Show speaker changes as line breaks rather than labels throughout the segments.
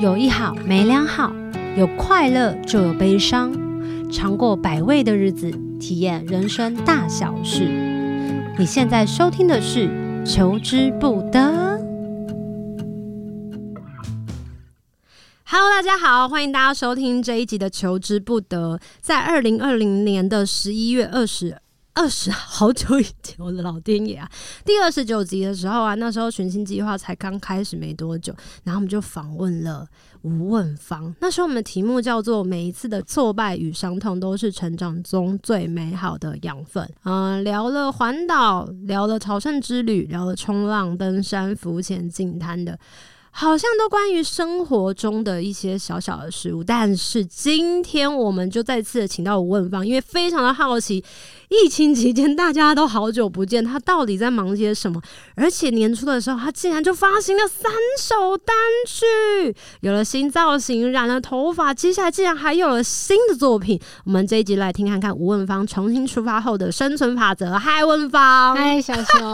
有一好没两好，有快乐就有悲伤，尝过百味的日子，体验人生大小事。你现在收听的是《求之不得》。Hello，大家好，欢迎大家收听这一集的《求之不得》。在二零二零年的十一月二十。二十好久以前，我的老天爷啊！第二十九集的时候啊，那时候群星计划才刚开始没多久，然后我们就访问了吴问芳。那时候我们的题目叫做“每一次的挫败与伤痛都是成长中最美好的养分”。嗯、聊了环岛，聊了朝圣之旅，聊了冲浪、登山、浮潜、进滩的。好像都关于生活中的一些小小的事物，但是今天我们就再次地请到吴问芳，因为非常的好奇，疫情期间大家都好久不见，他到底在忙些什么？而且年初的时候，他竟然就发行了三首单曲，有了新造型，染了头发，接下来竟然还有了新的作品。我们这一集来听看看吴问芳重新出发后的生存法则。嗨，问芳，
嗨，哎小熊，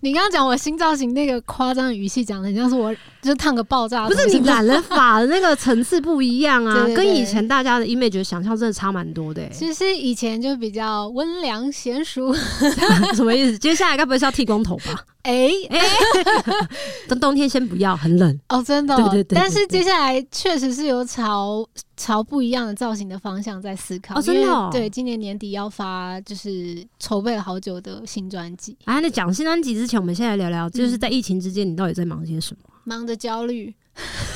你刚刚讲我新造型那个夸张的语气，讲的很像是我就是烫个爆炸
不
头，
是你染了发的那个层次不一样啊，
对对对
跟以前大家的 image 想象真的差蛮多的、欸。
其实以前就比较温良贤淑， 啊
什么意思？接下来该不会是要剃光头吧？
哎、
哎、冬冬天先不要，很冷。
哦，真的哦、
对对对对
但是接下来确实是有朝朝不一样的造型的方向在思考，
哦真的哦
因为对，今年年底要发，就是筹备了好久的新专辑，
啊，那讲新专辑之前，我们先来聊
嗯
聊，就是在疫情之间，你到底在忙些什么？
忙着焦虑，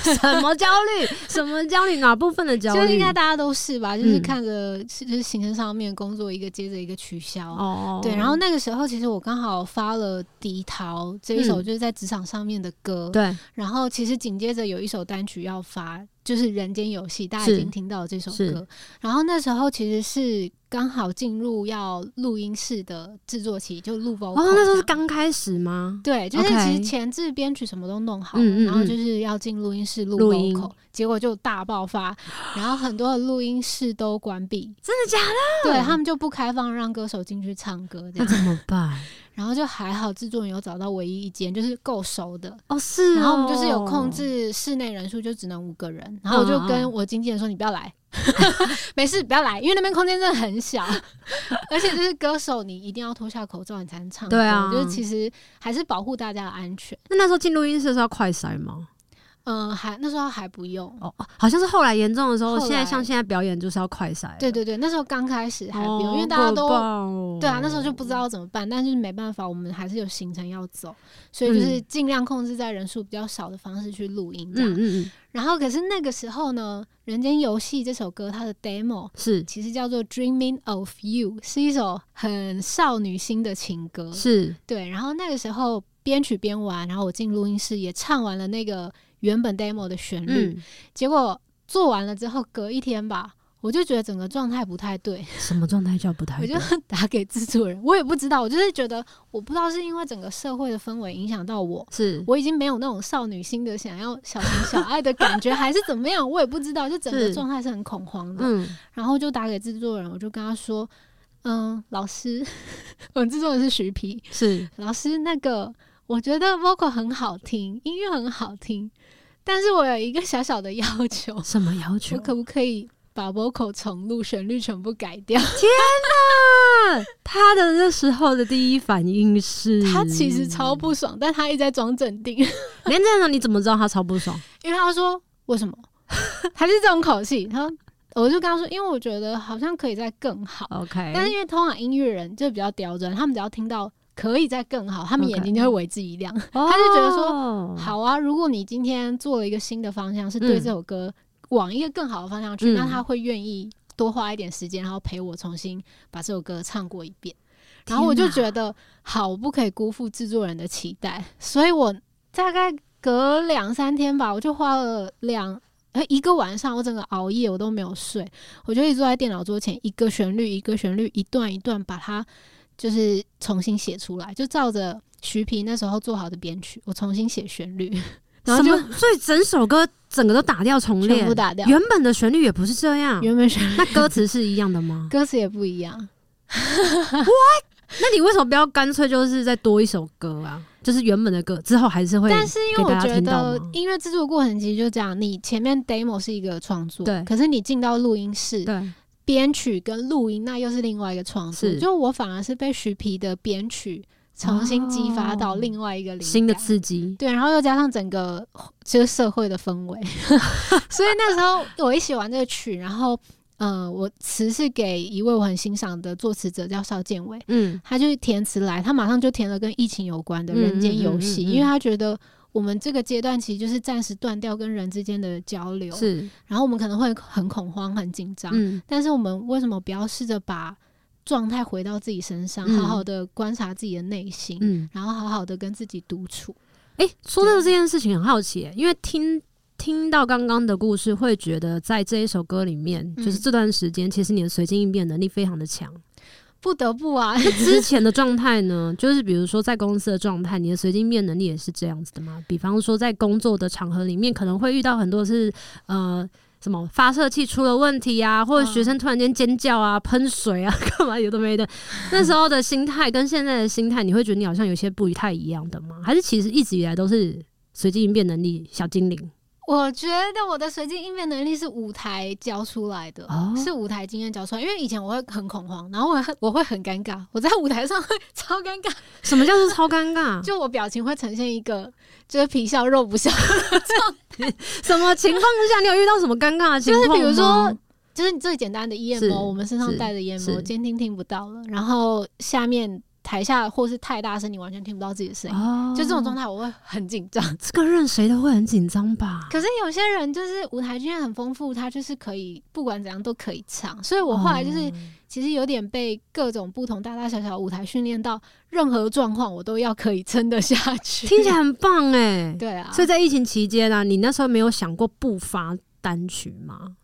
什么焦虑？什么焦虑？哪部分的焦
就
虑？
应该大家都是吧，就是
嗯
看着、就是行程上面工作一个接着一个取消，啊
哦
对，然后那个时候其实我刚好发了《迪桃》这一首就是在职场上面的歌，
嗯对，
然后其实紧接着有一首单曲要发，就是《人间有戏》，大家
是
已经听到这首
是
歌。然后那时候其实是刚好进入要录音室的制作期，就录 vocal
哦
这样。，
那时候是刚开始吗？
对，就是
OK
其实前置编曲什么都弄好，
嗯嗯
然后
嗯
就是要进录音室录
录音
vocal，结果就大爆发，然后很多的录音室都 关闭，
真的假的？
对他们就不开放让歌手进去唱歌这
那
样。
怎么 办？
然后就还好，制作人有找到唯一一间就是够熟的。
哦，是哦，嗯
然后我们就是有控制室内人数，就只能五个人。然后我就跟我经纪人说：“你不要来， 没事，不要来，因为那边空间真的很小， 而且就是歌手，你一定要脱下口罩，你才能唱歌。
对啊
就是其实还是保护大家的安全。
那那时候进录音室的时候要快筛吗？
嗯，还那时候还不用。
哦，哦好像是后来严重的时候，
后来
现在像现在表演就是要快筛了，
对对对，那时候刚开始
哦，
还不用，因为大家都
好棒哦
对啊，那时候就不知道怎么办，但是没办法，我们还是有行程要走，所以就是尽量控制在人数比较少的方式去录音。这样
嗯。嗯嗯，
然后可是那个时候呢，《人间游戏》这首歌它的 demo
是
其实叫做《Dreaming of You》，是一首很少女心的情歌。
是
对，然后那个时候编曲编完，然后我进录音室也唱完了那个原本 demo 的旋律，
嗯，
结果做完了之后，隔一天吧。我就觉得整个状态不太对，
什么状态叫不太
我
对
就 打给制作人，我也不知道，我就是觉得我不知道是因为整个社会的氛围影响到我，
是
我已经没有那种少女心的想要小情小爱的感觉，还是怎么样，我也不知道。就整个
是
状态是很恐慌的。
嗯
然后就打给制作人，我就跟他说：“ 嗯，老师，我们制作人是徐皮
是
老师，那个我觉得 vocal 很好听，音乐很好听，但是我有一个小小的要求，
什么要求
我？可不可以把 vocal 重录，旋律全部改掉？”
啊他的那时候的第一反应是，
他 其实超不爽，但他一直在装镇定，
连这样你怎么知道他超不爽？
因为他说为 什么，他是这种口气，他说我就跟他说，因为我觉得好像可以再更好，
OK，
但是因为通常音乐人就比较刁钻，他们只要听到可以再更好，他们
OK 嗯
眼睛就会为之一亮。
他
就觉得
说，
好啊，如果你今天做了一个新的方向，是对
嗯
这首歌往一个更好的方向去，
嗯
那他会愿意多花一点时间，然后陪我重新把这首歌唱过一遍。然后我就觉得好，我不可以辜负制作人的期待，所以我大概隔两三天吧，我就花了两。呃一个晚上，我整个熬夜，我都没有睡，我就一直坐在电脑桌前，一个旋律一个旋律，一段一段把它就是重新写出来，就照着徐皮那时候做好的编曲，我重新写旋律，然后
什
就
么？所以整首歌整个都打掉重
全
练
部，打掉。
原本的旋律也不是这样，
原本旋律
那歌词是一样的 吗？
歌词也不一样，
那你为什么不要干脆就是再多一首歌啊？就是原本的歌之后还是会，
但是因为我觉
给大家
得
听到吗
音乐制作过程其实就这样，你前面 demo 是一个创作，
对
可是你进到录音室，
对
编曲跟录音那又是另外一个创作。
是
就我反而是被徐皮的编曲重新激发到
哦
另外一个灵
新的
感
刺激，
对，然后又加上整个这个社会的 氛围，所以那时候我一写完这个曲，然后呃，我词是给一位我很欣赏的作词者叫邵建伟，
嗯，
他就填词来，他马上就填了跟疫情有关的《人间游戏》
嗯嗯嗯嗯嗯
因为他觉得我们这个阶段其实就是暂时断掉跟人之间的交流，
是，
然后我们可能会很恐慌、很紧张，
嗯，
但是我们为什么不要试着把状态回到自己身上，
嗯
好好的观察自己的内心，
嗯，
然后好好的跟自己独处？
诶，说到
对
这件事情很好奇、因为听听到刚刚的故事，会觉得在这一首歌里面，
嗯
就是这段时间，其实你的随机应变能力非常的强。
不得不 啊，
之前的状态呢，就是比如说在公司的状态，你的随机应变能力也是这样子的吗？比方说在工作的场合里面，可能会遇到很多是呃。什么发射器出了问题
嗯
啊，或者学生突然间尖叫 啊、喷水啊、 干嘛有的没的，那时候的心态跟现在的心态，你会觉得你好像有些不太一样的吗？还是其实一直以来都是随机应变能力小精灵？
我觉得我的随机应变能力是舞台教出来的，
哦
是舞台经验教出来。因为以前我会很恐慌，然后我会我会很尴尬，我在舞台上会 超尴尬，
什么叫做超尴尬？
就我表情会呈现一个就是皮笑肉不笑，
什么情况之下你有遇到什么尴尬的情
就是
况吗？
比如说。就是最简单的
是
EMO，我们身上
是
带的
是
EMO，监听听不到了，然后下面台下或是太大声，你完全听不到自己的声音，
哦
就这种状态我会很紧 张。
这个任谁都会很紧张吧？
可是有些人就是舞台经验很丰富，他就是可以不管怎样都可以唱，所以我后来就是
哦
其实有点被各种不同大大小小舞台训练到，任何状况我都要可以撑得下去。
听起来很棒哎、
对啊，
所以在疫情期间啊，你那时候没有想过不发单曲吗？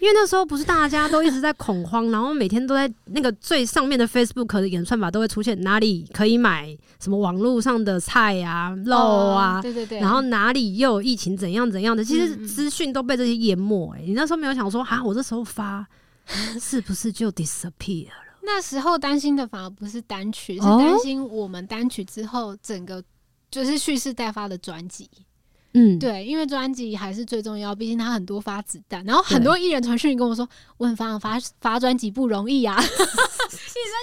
因为那时候不是大家都一直在恐慌，然后每天都在那个最上面的 Facebook 的演算法都会出现哪里可以买什么网络上的菜呀、肉啊
哦，对对对，
然后哪里又有疫情怎样怎样的，其实
嗯嗯
资讯都被这些淹没、欸。你那时候没有想说，哈，我这时候发 是不是就 disappear？
那时候担心的反而不是单曲，是
哦
担心我们单曲之后整个就是蓄势待发的专辑。
嗯，
对，因为专辑还是最重要，毕竟它很多发子弹。然后很多艺人传讯跟我说，我很烦，发发专辑不容易啊， 一直在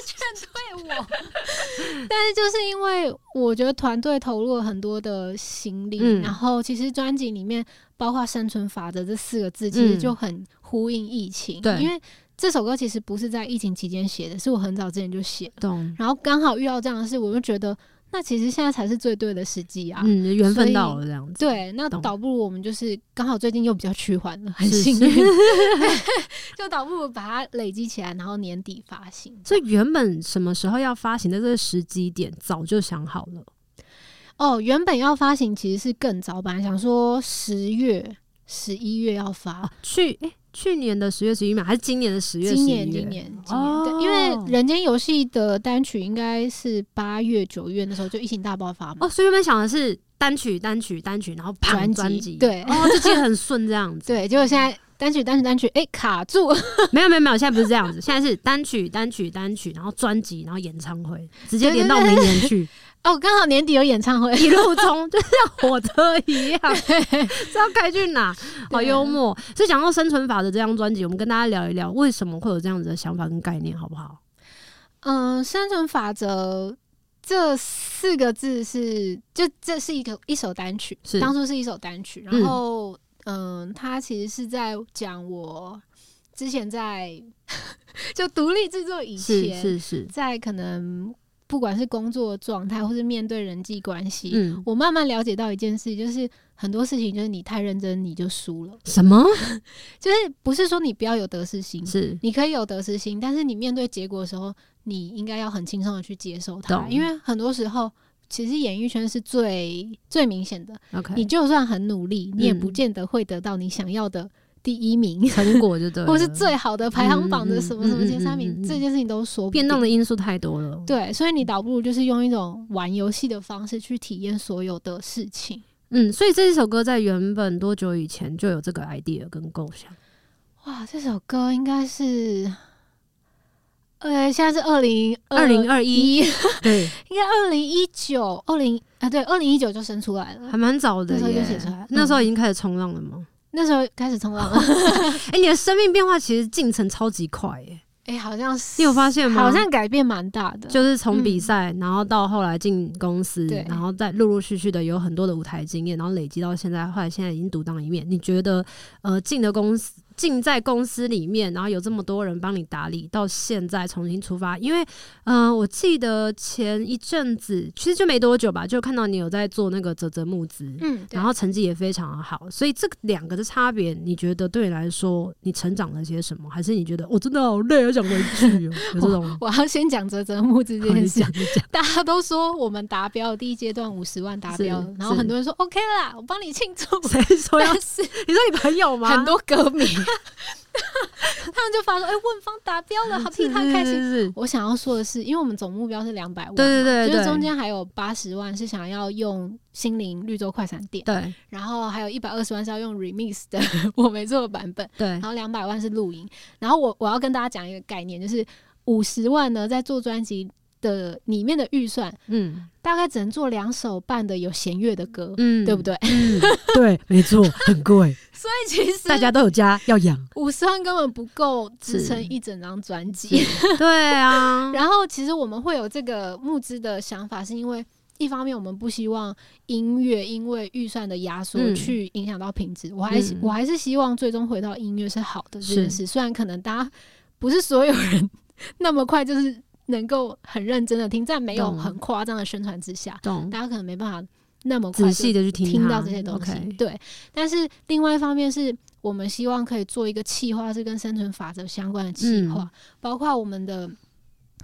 劝退我。 但是就是因为我觉得团队投入了很多的心力，
嗯
然后其实专辑里面包括“生存法则”这四个字，其实
嗯
就很呼应疫情。
对
因为这首歌其实不是在疫情期间写的，是我很早之前就写的，
懂，
然后刚好遇到这样的事，我就觉得那其实现在才是最对的时机啊。
嗯，缘
所
分
以
到了这样子。
对，那
懂
倒不如我们就是刚好最近又比较趋缓了，很
是
幸
是
运， 就倒不如把它累积起来，然后年底发行。
所以原本什么时候要发行的这个时机点，早就想好了。
哦，原本要发行其实是更早，本来想说十月、十一月要发，
啊、去诶、去年的十月十一嘛，还是今年的十月十
今
一
年、今年、今年，对，因为
哦
《人间游戏》的单曲应该是八月、九月那时候就疫情大爆发嘛。
哦，所以原本想的是单曲、单曲、单曲，然后啪
专辑
专辑，
对
哦，就记得很顺这样 子。
对，结果现在单曲、单曲、单曲，哎、卡住，
没有没有没有，现在不是这样子，现在是单曲、单曲、单曲，然后专辑，然后演唱会，直接
对对
连到明年 去，
哦，刚好年底有演唱会，
一路冲，就像火车一样，是要开去哪？好
对啊
幽默。所以讲到《生存法则》这张专辑，我们跟大家聊一聊为什么会有这样子的想法跟概念，好不好？
嗯，生存法则这四个字是，就这是一个一首单曲，
是
当初是一首单曲，
嗯
然后嗯它其实是在讲我之前在 就独立制作以
是
前，
是是，
在可能不管是工作状态，或是面对人际关系。
嗯，
我慢慢了解到一件事，就是很多事情就是你太认真你就输了，
什么？
就是不是说你不要有得失心，
是
你可以有得失心，但是你面对结果的时候，你应该要很轻松的去接受它，
懂
因为很多时候。其实演艺圈是最最明显的，
OK，
你就算很努力，你也
嗯
不见得会得到你想要的第一名，
成果就对了，
或是最好的排行
嗯
榜
嗯
的
嗯
什么什么前三
嗯
名，
嗯嗯嗯嗯
这件事情都说不
变
定
动的因素太多了。
对，所以你倒不如就是用一种玩游戏的方式去体验所有的事情。
嗯，所以这首歌在原本多久以前就有这个 idea 跟构想？
哇，这首歌应该是呃，现在是二零
2021
呃一，
对，
应该二零一九、二零啊，对，二零一九就生出来了
还。蛮早的
呃那时候就
耶
写出来
那时候
嗯
已经开始冲浪了吗？
那时候开始冲浪了，
哎、你的生命变化其实进程超级快耶，
哎、好像是
你有发现吗？
好像改变蛮大的，
就是从比
嗯
赛，然后到后来进公司
对，
然后再陆陆续续的有很多的舞台经验，然后累积到现在，后来现在已经独当一面。你觉得，呃，进的公司，进在公司里面，然后有这么多人帮你打理，到现在重新出发，因为，嗯、我记得前一阵子，其实就没多久吧，就看到你有在做那个泽泽募资，
嗯，对
然后成绩也非常的好，所以这个两个的差别，你觉得对你来说，你成长了些什么？还是你觉得我、哦真的好累，好想回去哦， 有这种吗？
我要先讲泽泽木之这件
哦你
事
讲，。你讲
大家都说我们达标第一阶段五十万达标
是，
然后
是
很多人说 OK 啦，我帮你庆祝。
谁说要
但？是
你说你朋友吗？
很多歌 迷，他们就发说：“哎、问方达标了，好替他开心。
是，是是”
我想要说的是，因为我们总目标是两百万嘛，
对对对
就
对，
是中间还有八十万是想要用心灵绿洲快闪店，
对
然后还有一百二十万是要用 remix 的 我没做的版本，
对
然后两百万是录音。然后我我要跟大家讲一个概念，就是五十万呢，在做专辑的里面的预算，
嗯
大概只能做两首半的有弦乐的歌，
嗯，
对不？ 对？
嗯，对，没错，很 贵，
所以其实
大家都有家要 养。
五十万根本不够支撑
是
一整张专辑。
对 啊，
然后其实我们会有这个募资的想法，是因为。一方面，我们不希望音乐因为预算的压缩
嗯
去影响到品质，我还是
嗯
我还是希望最终回到音乐是好的这件
是
事。虽然可能大家不是所有人那么快就是能够很认真的听，在没有
懂
很夸张的宣传之下，
懂，
大家可能没办法那么
仔
快就
细的去听
听
它
到这些东西。
OK，
对，但是另外一方面是我们希望可以做一个企划，是跟生存法则相关的企划，
嗯
包括我们的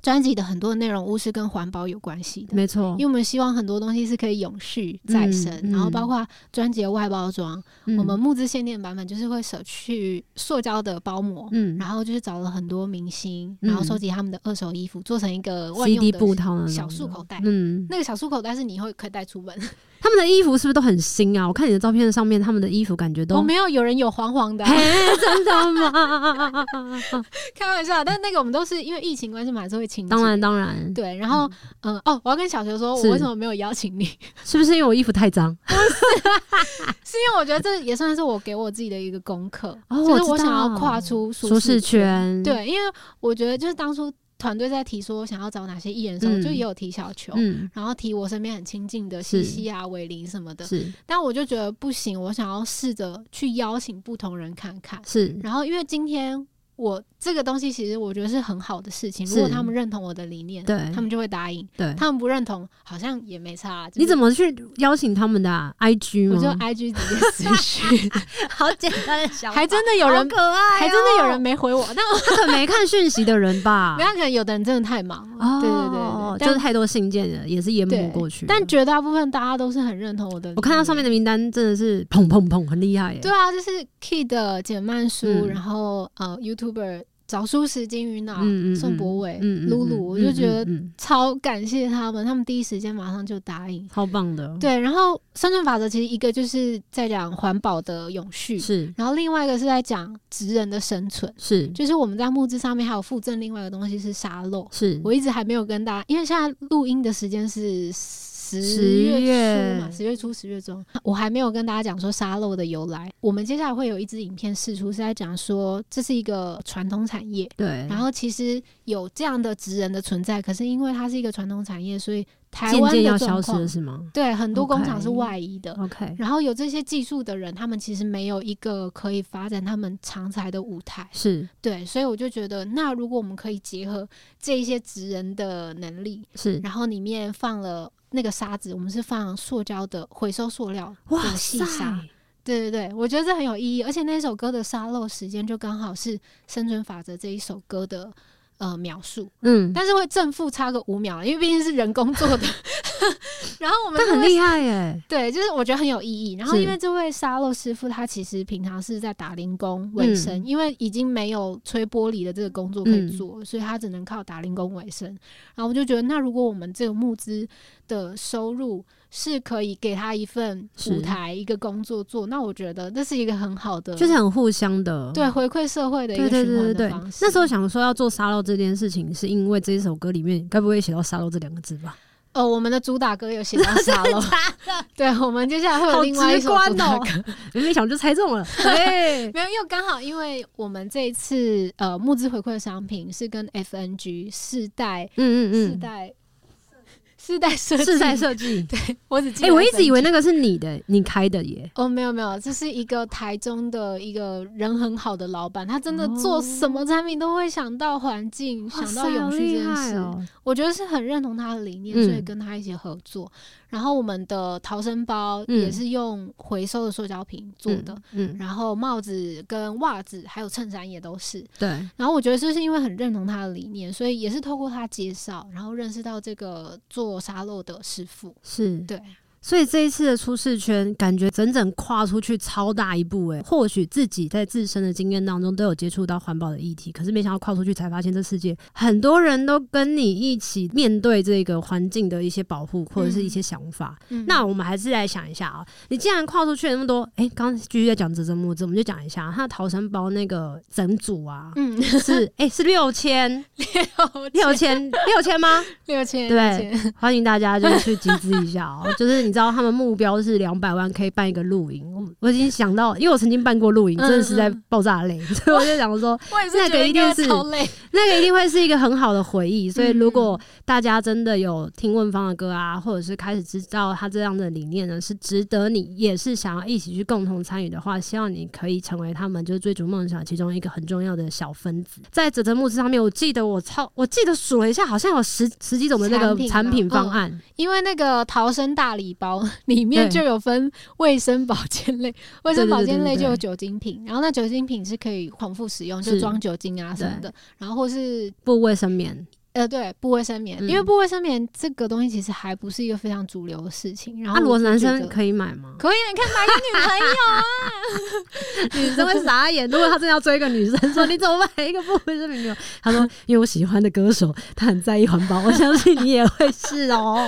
专辑的很多内容物是跟环保有关系的。
没错
因为，我们希望很多东西是可以永续再生，
嗯
然
嗯
后包括专辑的外包装，
嗯
我们募资限定版本就是会舍去塑胶的包膜，
嗯
然后就是找了很多明星，
嗯
然后收集他们的二手衣服，做成一个万用
CD 布
的
套那种
小束
的
口袋。
嗯，
那个小束口袋是你会可以带出门，
他们的衣服是不是都很新啊？我看你的照片上面，他们的衣服感觉
我
都。
没有有人有黄黄的啊、
嘿，真的吗？
开玩笑，但那个我们都是因为疫情关系嘛，还是会请。
当然，当然，
对。然后，嗯、哦，我要跟小球说，我
是
为什么没有邀请你？ 是
是不是因为我衣服太脏？
因为我觉得这也算是我给我自己的一个功课，
哦
就是
我
我
知道
想要跨出
舒适
适圈。
圈，，
对，因为我觉得就是当初团队在提说想要找哪些艺人的时候，
嗯
就也有提小球。
嗯，
然后提我身边很亲近的
是
西西啊、伟林什么的，
是
但我就觉得不行，我想要试着去邀请不同人看看。
是，
然后因为今天我这个东西，其实我觉得是很好的事情。
是
如果他们认同我的理念，
对
他们就会答应；
对，
他们不认同，好像也没差。
你怎
么？
么去邀请他们的、啊、IG
我就
吗？
I G 直接私讯，
好简单的想
还真的有人，
可爱
还真的有人没回我。但我？
他可能没看讯息的人吧
哦 没有，可能有的人真的太忙
哦，
了。对对对
就是
对，但
太多信件了，也是淹没
对
过去了。
但绝大部分大家都是很认同我的理念。
我看到上面的名单真的是砰砰砰，很厉害耶！
对啊，就是 Kid 的简曼书，
嗯
然后呃 YouTuber 找书时金鱼脑、
嗯，嗯嗯
啊宋博伟、
嗯嗯嗯
露露，我就觉得
嗯嗯嗯
超感谢他们，他们第一时间马上就答应。
超棒的，，
对，然后生存法则其实一个就是在讲环保的永续，
是
然后另外一个是在讲职人的生存，
是
就是我们在募资上面还有附赠另外一个东西是沙漏，
是，
我一直还没有跟大家，因为现在录音的时间是十
10
月初嘛，
月
十月初十月中，我还没有跟大家讲说沙漏的由来。我们接下来会有一支影片试出，是在讲说这是一个传统产业，
对，
然后其实有这样的职人的存在，可是因为它是一个传统产业，所以台
渐
湾
渐要
的
消
状
失了
况，
是吗
对很多工厂是
OK 嗯
外移的。
？OK，
然后有这些技术的人，他们其实没有一个可以发展他们长才的舞台，
是
对，所以我就觉得，那如果我们可以结合这一些职人的能力，
是，
然后里面放了那个沙子，我们是放塑胶的回收塑料
哇
的细
塞，
沙，对对对，我觉得这很有意义。而且那首歌的沙漏时间就刚好是《生存法则》这一首歌的呃描述，
嗯，
但是会正负差个五秒，因为毕竟是人工做的。 然后我们
但
就
很
会
厉害耶，
对，就是我觉得很有意义。然后
是
因为这位沙漏师傅，他其实平常是在打零工
嗯
为生，因为已经没有吹玻璃的这个工作可以
嗯
做，所以他只能靠打零工为生。然后我就觉得，那如果我们这个募资的收入是可以给他一份
是
舞台、一个工作做，那我觉得这是一个很好的，
就是很互相的。
呃对回馈社会的一
对
个
对
循
对对
环的
对
方式。，
那时候想说要做沙漏这件事情，是因为这首歌里面该不会写到沙漏这两个字吧？
呃，我们的主打歌有写到沙 漏，对，我们接下来 会有
好
另外一
直
首主
观
打
哦
歌。
没想到就猜中 了，嗯对，
没有，因为刚好因为我们这一次呃募资回馈的商品是跟 FNG 世代世
嗯嗯
代世代设
嗯，
计
是在设 计。
我只记
哎、
得
我一直以为
FNG
那个是你的，你开的耶。
哦，没有没有，这是一个台中的一个人很好的老板，他真的做
哦
什么产品都会想到环境，想到
哇塞
永
好
续这
厉
件
害
事，
哦！
我觉得是很认同他的理念，
嗯
所以跟他一起合作。然后我们的逃生包
嗯
也是用回收的塑胶瓶做的，
嗯，嗯，
然后帽子跟袜子还有衬衫也都是。
对，
然后我觉得就是因为很认同他的理念，所以也是透过他介绍，然后认识到这个做沙漏的师傅。
是。
对，
所以这一次的舒适圈，感觉整整跨出去超大一步哎、或许自己在自身的经验当中都有接触到环保的议题，可是没想到跨出去才发现，这世界很多人都跟你一起面对这个环境的一些保护或者是一些想法。
嗯
那我们还是来想一下啊、你既然跨出去了那么多，哎、刚刚继续在讲折折木子，我们就讲一下他的逃生包那个整组 啊，
嗯，
是哎、是六千 六千六千吗？
六千，
对
六千，
欢迎大家就是去集资一下 哦、就是你知道他们目标是两百万可以办一个露营，我我已经想到，因为我曾经办过露营，
嗯
真的是在
嗯嗯
爆 炸累，所以我就想说，
我也是
那
觉
个
得
一
应该
定是
超累。
那个一定会是一个很好的回忆。所以
嗯
如果大家真的有听问方的歌啊，或者是开始知道他这样的理念呢，是值得你也是想要一起去共同参与的话，希望你可以成为他们就是追逐梦想其中一个很重要的小分子。在泽泽木之上面，我记得我超我记得数了一下，好像有十十几种的那
产
个
品
产
吗
品方
嗯
案。
因为那个逃生大礼包里面
对
就有分卫生保健类，卫生保健类就有
对对对对对
酒精瓶，然后那酒精瓶是可以重复使用，就是装酒精啊什么的，然后或是
不卫生棉，
呃对布卫生棉，
嗯
因为布卫生棉这个东西其实还不是一个非常主流的事情，然
啊，
后
裸
我
子
就
男
觉
生
得
可以买吗？
可以，你看买给 女朋友，
女生会傻眼。如果他真的要追一个女生，说你怎么买一个不卫生棉给我？他说因为我喜欢的歌手，他很在意环 保，我相信你也会是哦。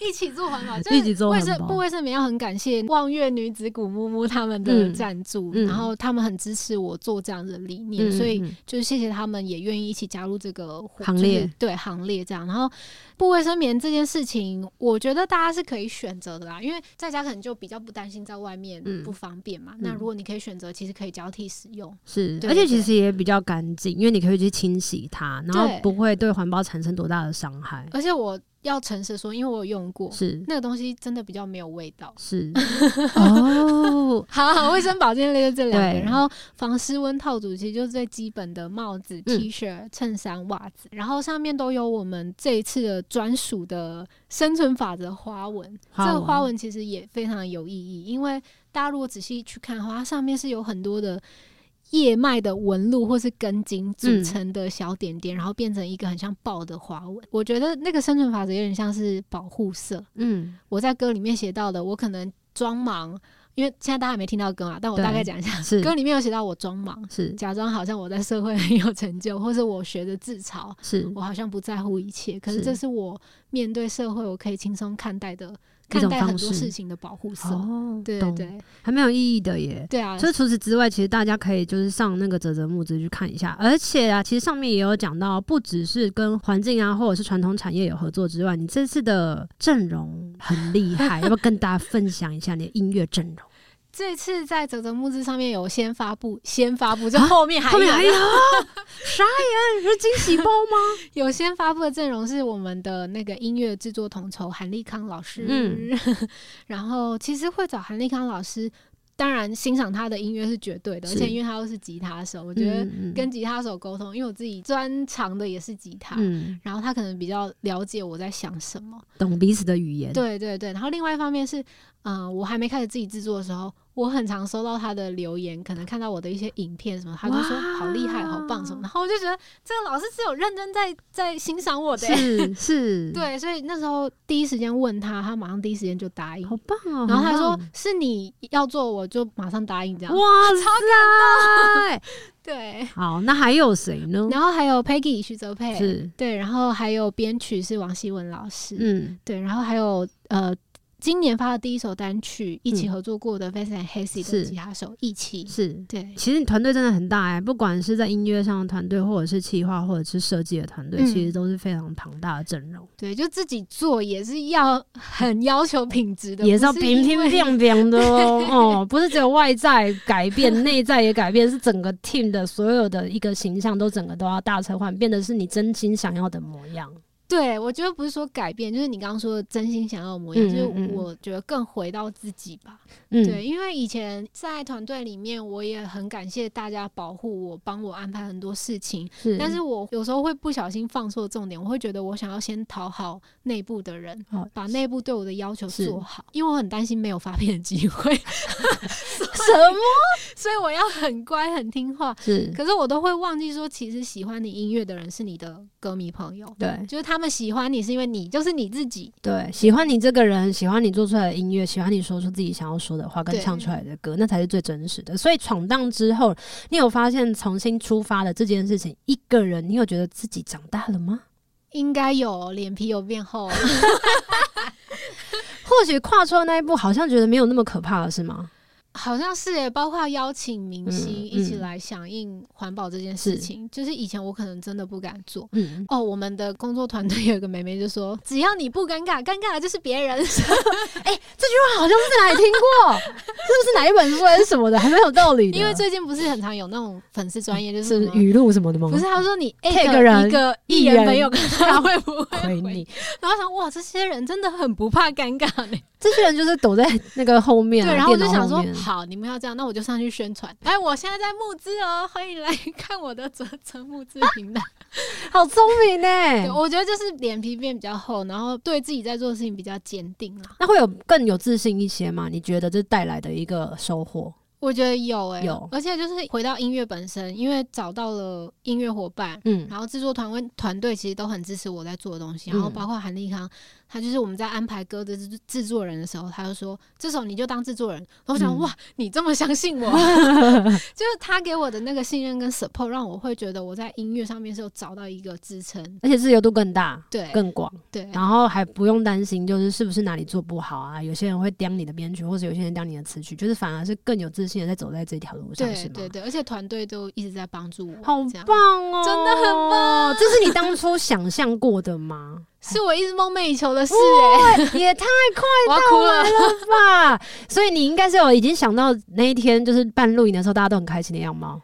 一起做环 保，就
一起
是
做环
卫
保
生不卫生棉要很感谢望月女子谷木木他们的
嗯
赞助，
嗯
然后他们很支持我做这样的理念，所以
嗯
就是谢谢他们也愿意一起加入这个活
行列，
就是对行列这样。然后布卫生棉这件事情，我觉得大家是可以选择的啦，因为在家可能就比较不担心在外面
嗯
不方便嘛。那如果你可以选择，其实可以交替使用。
是，
对
而且其
对
实也比较干净，因为你可以去清洗它，然后
对
不会对呃环保产生多大的伤害。
而且我要诚实说，因为我有用过
是
那个东西，真的比较没有味道。
是哦，
好好，卫生保健类就这两个，
对
然后防湿温套组其实就是最基本的帽子、
嗯
T 恤、衬衫、袜子，然后上面都有我们这一次的专属的生存法则花纹。
花
这个
纹
花纹其实也非常有意义，因为大家如果仔细去看的话，它上面是有很多的。叶脉的纹路或是根茎组
嗯
成的小点点，然后变成一个很像豹的花纹。我觉得那个生存法则有点像是保护色，
嗯，
我在歌里面写到的，我可能装忙，因为现在大家还没听到歌嘛，但我
对
大概讲一下，
是
歌里面有写到我装忙，
是
假装好像我在社会很有成就，或是我学着自嘲，
是
我好像不在乎一切，可是
是
这是我面对社会我可以轻松看待的，
一
看
种
待很
方
多事
式
情的保护色。
哦，
对对
懂
对
还蛮有意义的耶。
对啊，
所以除此之外，其实大家可以就是上那个泽泽木子去看一下，而且啊，其实上面也有讲到，不只是跟环境啊或者是传统产业有合作之外，你这次的阵容很厉 害，要不要跟大家分享一下你的音乐阵容？
这次在泽泽木志上面有先发布，先发布，就后面还
啊后面
有
还有啥人？是惊喜包吗？
有先发布的阵容是我们的那个音乐制作统筹韩立康老师，
嗯
然后其实会找韩立康老师，当然欣赏他的音乐是绝对的，而
是
且因为他又是吉他手， 我觉得
嗯
跟吉他手沟通，因为我自己专长的也是吉他。
嗯
然后他可能比较了解我在想什么，
懂彼此的语言，
对对对。然后另外一方面是，嗯、我还没开始自己制作的时候，我很常收到他的留言，可能看到我的一些影片什么，他就说
哇
好厉害、好棒什么。然后我就觉得这个老师是有认真在在欣赏我的、欸
是是，，
对，所以那时候第一时间问他，他马上第一时间就答 应。
好棒哦。
然后他
好
说哎
棒
是你要做，我就马上答应这样。
哇塞，
对，
好，那还有谁呢？
然后还哎有 Peggy 徐泽佩，
是
对，然后还有编曲是王希文老师，
嗯
对，然后还有呃今年发的第一首单曲，一起合作过的 Vincent Hesse 的
嗯是
吉他手一起，
是。
对，
其实你团队真的很大哎、不管是在音乐上的团队，或者是企划，或者是设计的团队，
嗯
其实都是非常庞大的阵容，
对，就自己做也是要 很要求品质的，
也是要
不
平
因
平
为
平平的哦。哦， 不是只有外在改变，内在也改变，是整个 team 的所有的一个形象都整个都要大切换，变得是你真心想要的模样。
对，我觉得不是说改变，就是你刚刚说的真心想要的模样，
嗯
就是
嗯嗯
我觉得更回到自己吧。
嗯，
对，因为以前在团队里面，我也很感谢大家保护我，帮我安排很多事情。
是，
但是我有时候会不小心放错重点，我会觉得我想要先讨好内部的人，
哦
把内部对我的要求
是
做好，因为我很担心没有发片的机会，
什么？
所以我要很乖很听话。
是，
可是我都会忘记说，其实喜欢你音乐的人是你的歌迷朋友，
对
就是他们喜欢你是因为你就是你自己，
对，喜欢你这个人，喜欢你做出来的音乐，喜欢你说出自己想要说的话，跟
对
唱出来的歌，那才是最真实的。所以闯荡之后，你有发现重新出发的这件事情，一个人，你有觉得自己长大了吗？
应该有脸皮有变厚。
或许跨出的那一步，好像觉得没有那么可怕了，是吗？
好像是耶，包括邀请明星
嗯
一起
嗯
来响应环保这件事情，就是以前我可能真的不敢做。
嗯，
哦，我们的工作团队有个妹妹就说：“只要你不尴尬，尴尬的就是别人。
这句话好像是在哪里听过， 是不是哪一本书还是什么的，还蛮有道理”的。
因为最近不是很常有那种粉丝专业，就是是什么
语录什么的吗？
不是，他说你
Tag
at
人
一个
艺
艺人
人
朋友，看 他会不会
亏
回
你。
然后想哇，这些人真的很不怕尴尬呢。
这些人就是躲在那个后面、
对，
啊，
然后我 就
电脑
想
后
说，
面
好，你们要这样，那我就上去宣传。哎，我现在在募资哦，欢迎来看我的泽泽募资平台。
好聪明欸呢、
对，我觉得就是脸皮变比较厚，然后对自己在做的事情比较坚定啦。
那会有更有自信一些吗？你觉得这带来的一个收获？
我觉得有哎诶、
有
而且就是回到音乐本身，因为找到了音乐伙伴，
嗯，
然后制作团队团队其实都很支持我在做的东
嗯
西，然后包括韩立康，他就是我们在安排歌的制制作人的时候，他就说这首你就当制作人。然后我想、
嗯
哇，你这么相 信我，就是他给我的那个信任跟 support，让我会觉得我在音乐上面是有找到一个支撑。
而且自由度更大、
对
更广，
对，
然后还不用担心就是是不是哪里做不好啊？有些人会刁你的编曲，或者有些人刁你的词曲，就是反而是更有自信的在走在这条路上，是
对
吗？
对对，而且团队都一直在帮助我，
好
这样
棒哦，
真的很
棒！这是你当初想象过的 吗？
是我一直梦寐以求的事
哦
哎、
也太
我要哭了。
快吧！所以你应该是有已经想到那一天，就是办录影的时候，大家都很开心的样貌。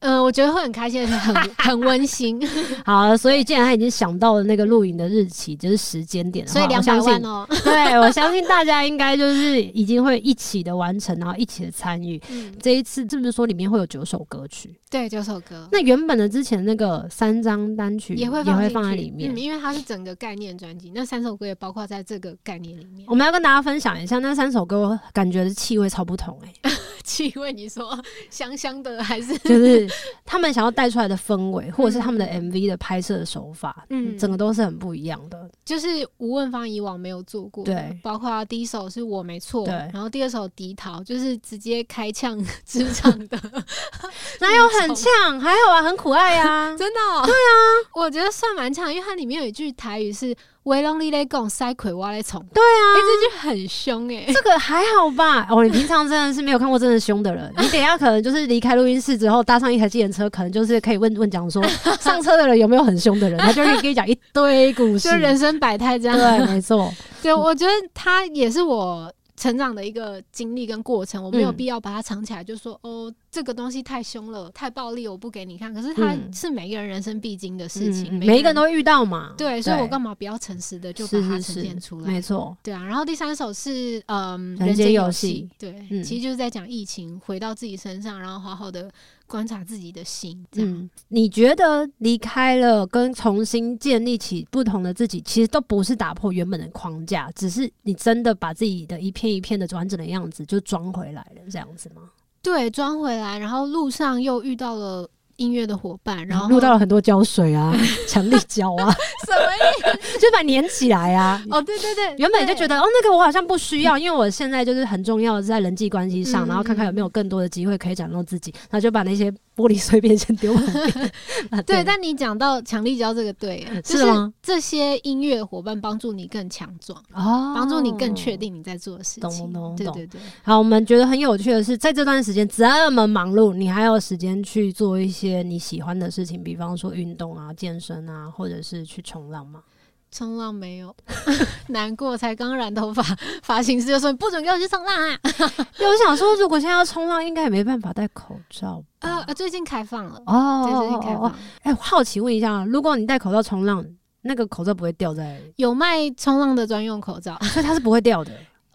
嗯，我觉得会很开心，而且很 很温馨，
好，所以既然他已经想到了那个录影的日期，就是时间点的话，
所以两
我
百
相
万
信，
哦、
对我相信大家应该就是已经会一起的完成，然后一起的参与。
嗯，
这一次是不是说里面会有九首歌曲？
对，九首歌
那原本的之前那个三张单曲
嗯也会
嗯也会
放
放在
进
里
去
面
嗯，。因为它是整个概念专辑，那三首歌也包括在这个概念里面
我。们要跟大家分享一下那三首歌，我感觉的气味超不同 哎、
气味你说香香的还是
就是他们想要带出来的氛围，或者是他们的 MV 的拍摄手法，
嗯
整个都是很不一样的。
就是吴汶芳以往没有做过的，
对
包括第一首是我没错，
对
然后第二首迪桃就是直接开 呛职场的，
哪有很呛？还好啊，很可爱啊。
真的、 对啊，我觉得算蛮呛，因为它里面有一句台语是“维龙利勒贡塞葵挖勒虫”，
对啊，
哎、这句很凶哎、
这个还好吧？哦，你平常真的是没有看过真的凶的 人。你等一下可能就是离开录音室之后，搭上一台计程车，可能就是可以问问讲说 上车的人有没有很凶的人，他就可以跟你讲一堆故事
就。人生百态这样。
对，没错，
对，我觉得它也是我成长的一个经历跟过程，我没有
嗯
必要把它藏起来，就说哦，这个东西太凶了，太暴力，我不给你看。可是它
嗯是
是每个人人生必经的事情，
嗯每一个人都
人
会遇到嘛。
对，所以我干
嘛
嘛不要诚实的就把
是
它
是
呈现
是
出，来？
没错，
对啊，然后第三首是嗯，
人间
间
游
游
戏，
对，
嗯
其实就是在讲疫情，回到自己身上，然后好好的观察自己的心，这样。
嗯，你觉得离开了跟重新建立起不同的自己，其实都不是打破原本的框架，只是你真的把自己的一片一片的完整的样子就装回来了，这样子吗？
对，装回来，然后路上又遇到了音乐的伙伴，然后
啊录到嗯了很多胶水 啊，强力胶啊，
什么意思？
就把它粘起来啊。
哦，对对对，
原本就
对
觉得哦，那个我好像不需要，因为我现在就是很重要的是在人际关系上，
嗯
然后看看有没有更多的机会可以展露自己，然后就把那些玻璃碎片先丢 旁边啊。
对，但你讲到强力胶这个对了，就是
吗
这些音乐伙伴帮助你更强壮，
哦，
帮助你更确。定你在做的事情。
懂懂懂
对
懂
对对，
好，我们觉得很有趣的是，在这段时间这么忙碌，你还有时间去做一些你喜欢的事情，比方说运动啊、健身啊，或者是去冲浪吗？
冲浪没有， 难过，才刚染头发，发型师就说你不准给我去冲浪 啊！
因为我想说，如果现在要冲浪，应该也没办法戴口罩
呃
吧？，
呃最近开放了，
哦哦
对，最
哦
近开
哦
放
哦！
了
哎、我好奇问一下，如果你戴口罩冲浪，那个口罩不会掉在，
有卖冲浪的专用口罩，
所以它是不会掉的。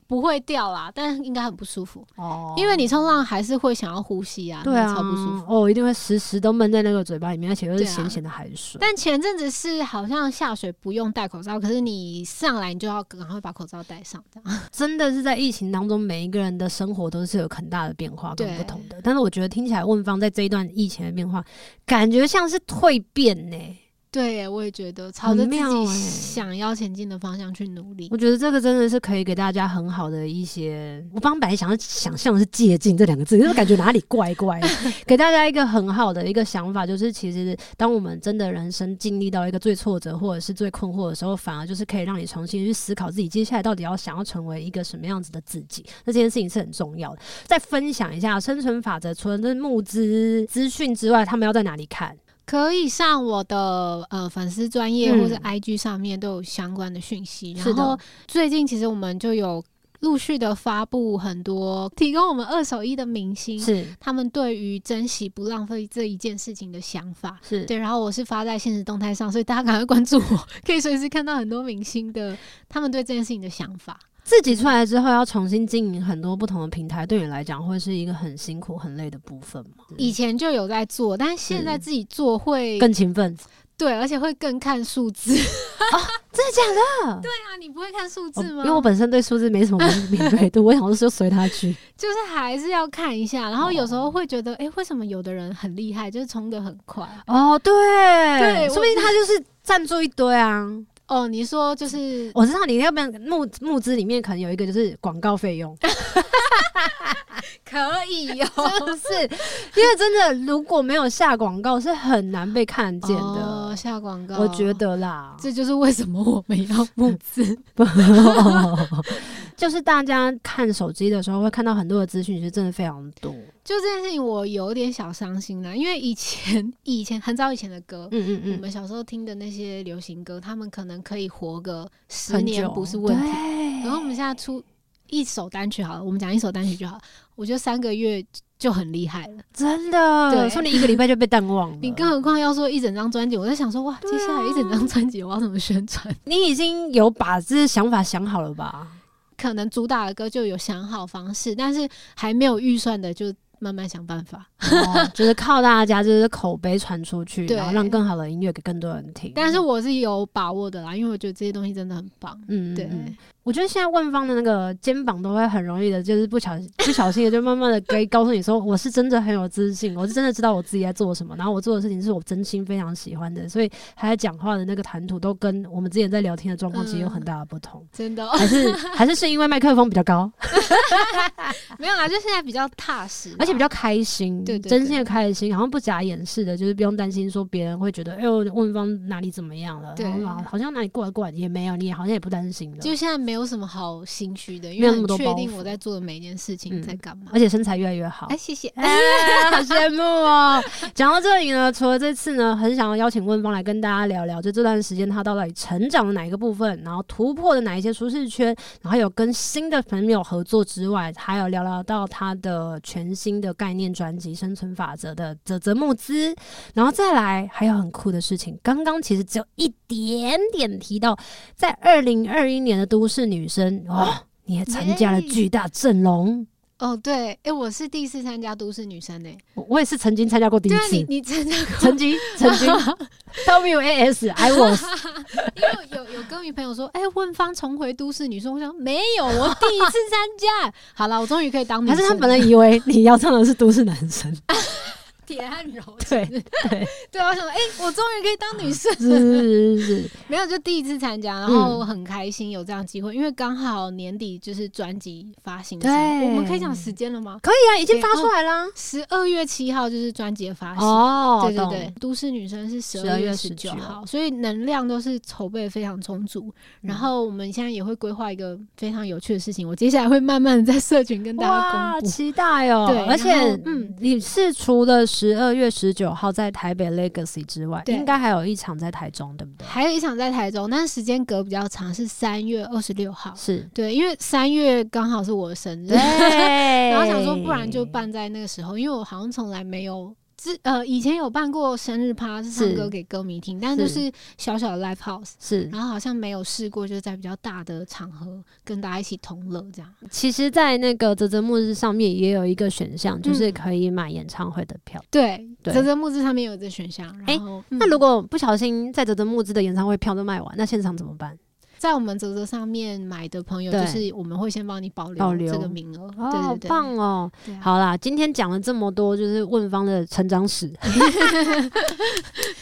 不会掉啦，但应该很不舒服，
哦
因为你冲浪还是会想要呼吸啊，
对啊，
那超不舒服。
哦，一定会时时都闷在那个嘴巴里面，而且又是
对啊
咸咸的海水。
但前阵子是好像下水不用戴口罩，可是你上来你就要赶快把口罩戴上，这样。
真的是在疫情当中，每一个人的生活都是有很大的变化跟
对
不同的。但是我觉得听起来问方在这一段疫情的变化，感觉像是蜕变呢、
对，我也觉得朝着自
很妙
己
欸
想要前进的方向去努力
我。觉得这个真的是可以给大家很好的一些，我刚本来想要想象的是借鉴这两个字，因为感觉哪里怪怪的，给大家一个很好的一个想法，就是其实当我们真的人生经历到一个最挫折或者是最困惑的时候，反而就是可以让你重新去思考自己接下来到底要想要成为一个什么样子的自己，那这件事情是很重要的。再分享一下生存法则，除了这募资资讯之外，他们要在哪里看？
可以上我的呃粉丝专业
嗯
或是 IG 上面都有相关的讯息。
是
然
的
后最近其实我们就有陆续的发布很多提供我们二手衣的明星，
是
他们对于珍惜不浪费这一件事情的想法。
是，
对，然后我是发在现实动态上，所以大家赶快关注我，可以随时看到很多明星的他们对这件事情的想法。
自己出来之后要重新经营很多不同的平台，对你来讲会是一个很辛苦、很累的部分吗？
以前就有在做，但是现在
嗯是
自己做会
更勤奋，
对，而且会更看 数字。
哦真的假的？
对啊，你不会看数
我
字吗？
哦因为我本身对数字没什么敏敏锐度，我想说随他去。
就是还是要看一下，然
哦
后有时候会觉得，诶，为什么有的人很厉害，就是冲的很快？
哦，对，
对
说不定他就是赞助一堆啊。
哦，你说就是
我知道你要不然募募资里面可能有一个就是广告费 用，
可以哦，
就是因为真的如果没有下广告是很难被看 见
哦
的，
下广告，
我觉得啦。
这就是为什么我们要募资。 哦
就是大家看手机的时候会看到很多的资讯，其实真的非常多。
就这件事情，我有点小伤心啦，因为以前以前很早以前的歌。
嗯
我，们小时候听的那些流行歌，他们可能可以活个十
很
年
久
不是问题。
对
然后我们现在出一首单曲好了，我们讲一首单曲就好，我觉得三个月就很厉害了。
嗯真的，
对
说你一个礼拜就被淡 忘了。
你更何况要说一整张专辑，我在想说哇，接下
啊
来一整张专辑我要怎么宣传？
你已经有把这些想法想好了吧？
可能主打的歌就有想好方式，但是还没有预算的就慢慢想办法。
哦就是靠大家就是口碑传出去，
对
然后让更好的音乐给更多人听。
但是我是有把握的啦，因为我觉得这些东西真的很棒。
嗯，嗯，
对，
嗯我觉得现在万方的那个肩膀都会很容易的，就是不小心不小心的就慢慢的可以告诉你说，我是真的很有自信，我是真的知道我自己在做什么，然后我做的事情是我真心非常喜欢的，所以他在讲话的那个谈吐都跟我们之前在聊天的状况
嗯
其实有很大的不同。
真的、
还是还是是因为麦克风比较高，
没有啦，就现在比较踏实，
而且比较开心，
对对对
真心的开心，好像不假掩饰的，就是不用担心说别人会觉得，哎呦，问方哪里怎么样了，
对
然后好像哪里怪怪的，也没有，你也好像也不担心了，
就现在没有什么好心虚的，因
没
为
有那么
很
多
确
包
定
袱
我在做的每一件事情
嗯
在干嘛。
而且身材越来越好
哎、。谢谢。
哎，好羡慕哦！ 讲到这里呢，除了这次呢，很想要邀请问方来跟大家聊聊，就这段时间他到底成长了哪一个部分，然后突破了哪一些舒适圈，然后有跟新的朋友合作之外，还有聊聊到他的全新的概念专辑《生存法则》的泽泽募资，然后再来还有很酷的事情，刚刚其实只有一点点提到，在二零二一年的都市女生哦，你也参加了
耶
巨大阵容。
哦，对，哎、我是第一次参加都市女生呢、
我我也是曾经参加过第一
对啊，
次
你，你参加过
曾 经曾经 W A S I was
因为有有歌迷朋友说，哎、问方重回都市女生，我想没有，我第一次参加。好了，我终于可以当女
还
生
是
了。
他本来以为你要唱的是都市男生，
铁汉柔
对
情。 对，我想说，哎、我终于可以当女生，
是是是是，
没有就第一次参加，然
嗯
后很开心有这样的机会，因为刚好年底就是专辑发行的时候，
对
我们可以讲时间了吗？
可以啊，已经发出来啦。
十二月七号就是专辑的发行。
哦，
对对
懂
对，，都市女生是十
12
二
月
月
19
十九号，所以能量都是筹备非常充足。
嗯
然后我们现在也会规划一个非常有趣的事情，我接下来会慢慢地在社群跟大家
哇，
公布。
期待哦！
对
而且
然后嗯
你是除了十二月十九号在台北 Legacy 之外，
对
应该还有一场在台中，对不对？
还有一场在台中，但是时间隔比较长，是三月二十六号。
是，
对，因为三月刚好是我的生日，
然
然后想说，不然就办在那个时候，因为我好像从来没有之呃以前有办过生日趴，是唱
是
歌给歌迷听，但就是小小的 live house，
是。
然后好像没有试过，就是在比较大的场合跟大家一起同乐这样。
其实，在那个泽泽末日上面也有一个选项，
嗯
就是可以买演唱会的票。
对，
对
泽泽木志上面有这选项，然后、嗯
那如果不小心在泽泽末日的演唱会票都卖完，那现场怎么办？
在我们泽泽上面买的朋友，
对
就是我们会先帮你保
保
留
留
这个名额，
哦，
对
好
对对，
棒哦！
对啊
好啦，今天讲了这么多，就是问方的成长 史，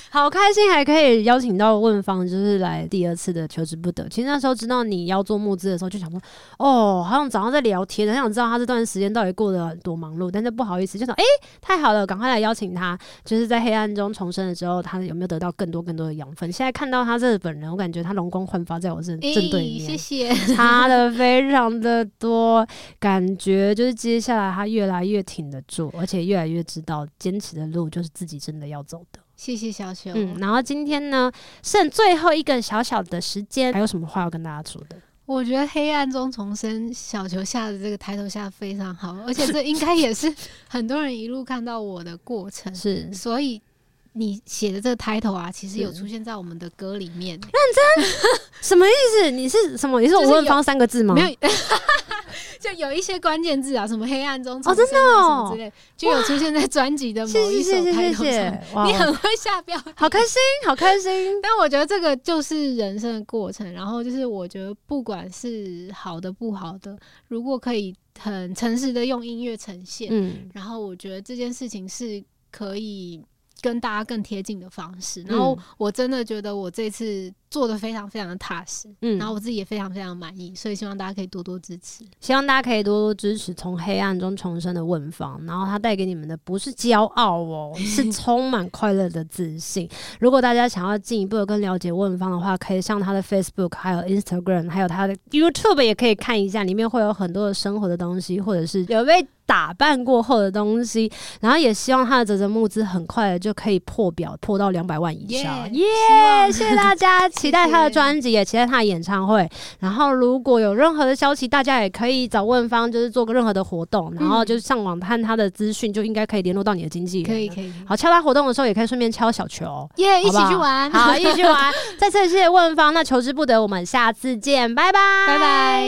好开心还可以邀请到问方，就是来第二次的求之不得。其实那时候知道你要做募资的时候，就想说，哦，好像早上在聊天，很想知道他这段时间到底过得多忙碌，但是不好意思，就想，诶，太好了，赶快来邀请他，就是在黑暗中重生的时候，他有没有得到更多更多的养分？现在看到他这本人，我感觉他容光焕发在我正
诶
正对面，
谢谢。
差的非常的多，感觉就是接下来他越来越挺得住，而且越来越知道坚持的路就是自己真的要走的。
谢谢小球，
嗯，然后今天呢，剩最后一个小小的时间，还有什么话要跟大家说的？
我觉得《黑暗中重生》小球下的这个抬头下得非常好，而且这应该也 是很多人一路看到我的过程，
是
所以你写的这个抬头啊，其实
是
有出现在我们的歌里面，
什么意思？你是什么？你是
就是
我
有
问方三个字吗？
没有。 就有一些关键字啊，什么黑暗中
哦
重
真
生
的
啊
哦
什么之类，就有出现在专辑的 某
谢
一首
谢谢谢
抬
谢
头上
谢。，哇哦
你很会下标 题，
好开心，好开心。
但我觉得这个就是人生的过程，然后就是我觉得不管是好的不好的，如果可以很诚实的用音乐呈现，
嗯，
然后我觉得这件事情是可以跟大家更贴近的方
嗯
式。然后我真的觉得我这次做的非常非常的踏实，
嗯
然后我自己也非常非常满意，所以希望大家可以多多支持。
希望大家可以多多支持从黑暗中重生的问方，然后他带给你们的不是骄傲 哦，是充满快乐的自信。如果大家想要进一步的更了解问方的话，可以上他的 Facebook、还有 Instagram、还有他的 YouTube 也可以看一下，里面会有很多的生活的东西，或者是有被打扮过后的东西。然后也希望他的泽泽募资很快的就可以破表，破到两百万以上。耶、谢谢大家，期待他的专辑，也期待他的演唱会。然后如果有任何的消息，大家也可以找问方，就是做个任何的活动，然后就是上网看他的资讯，就应该可以联络到你的经纪人。
嗯可以。可以，可以
好，敲他活动的时候，也可以顺便敲小球。
耶一
好不
起
好
去玩，
好，一起去玩。再次谢谢问方，那求之不得，我们下次见，拜拜，
拜拜。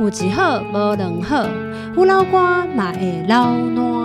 有一好无两好，有老瓜嘛会老烂。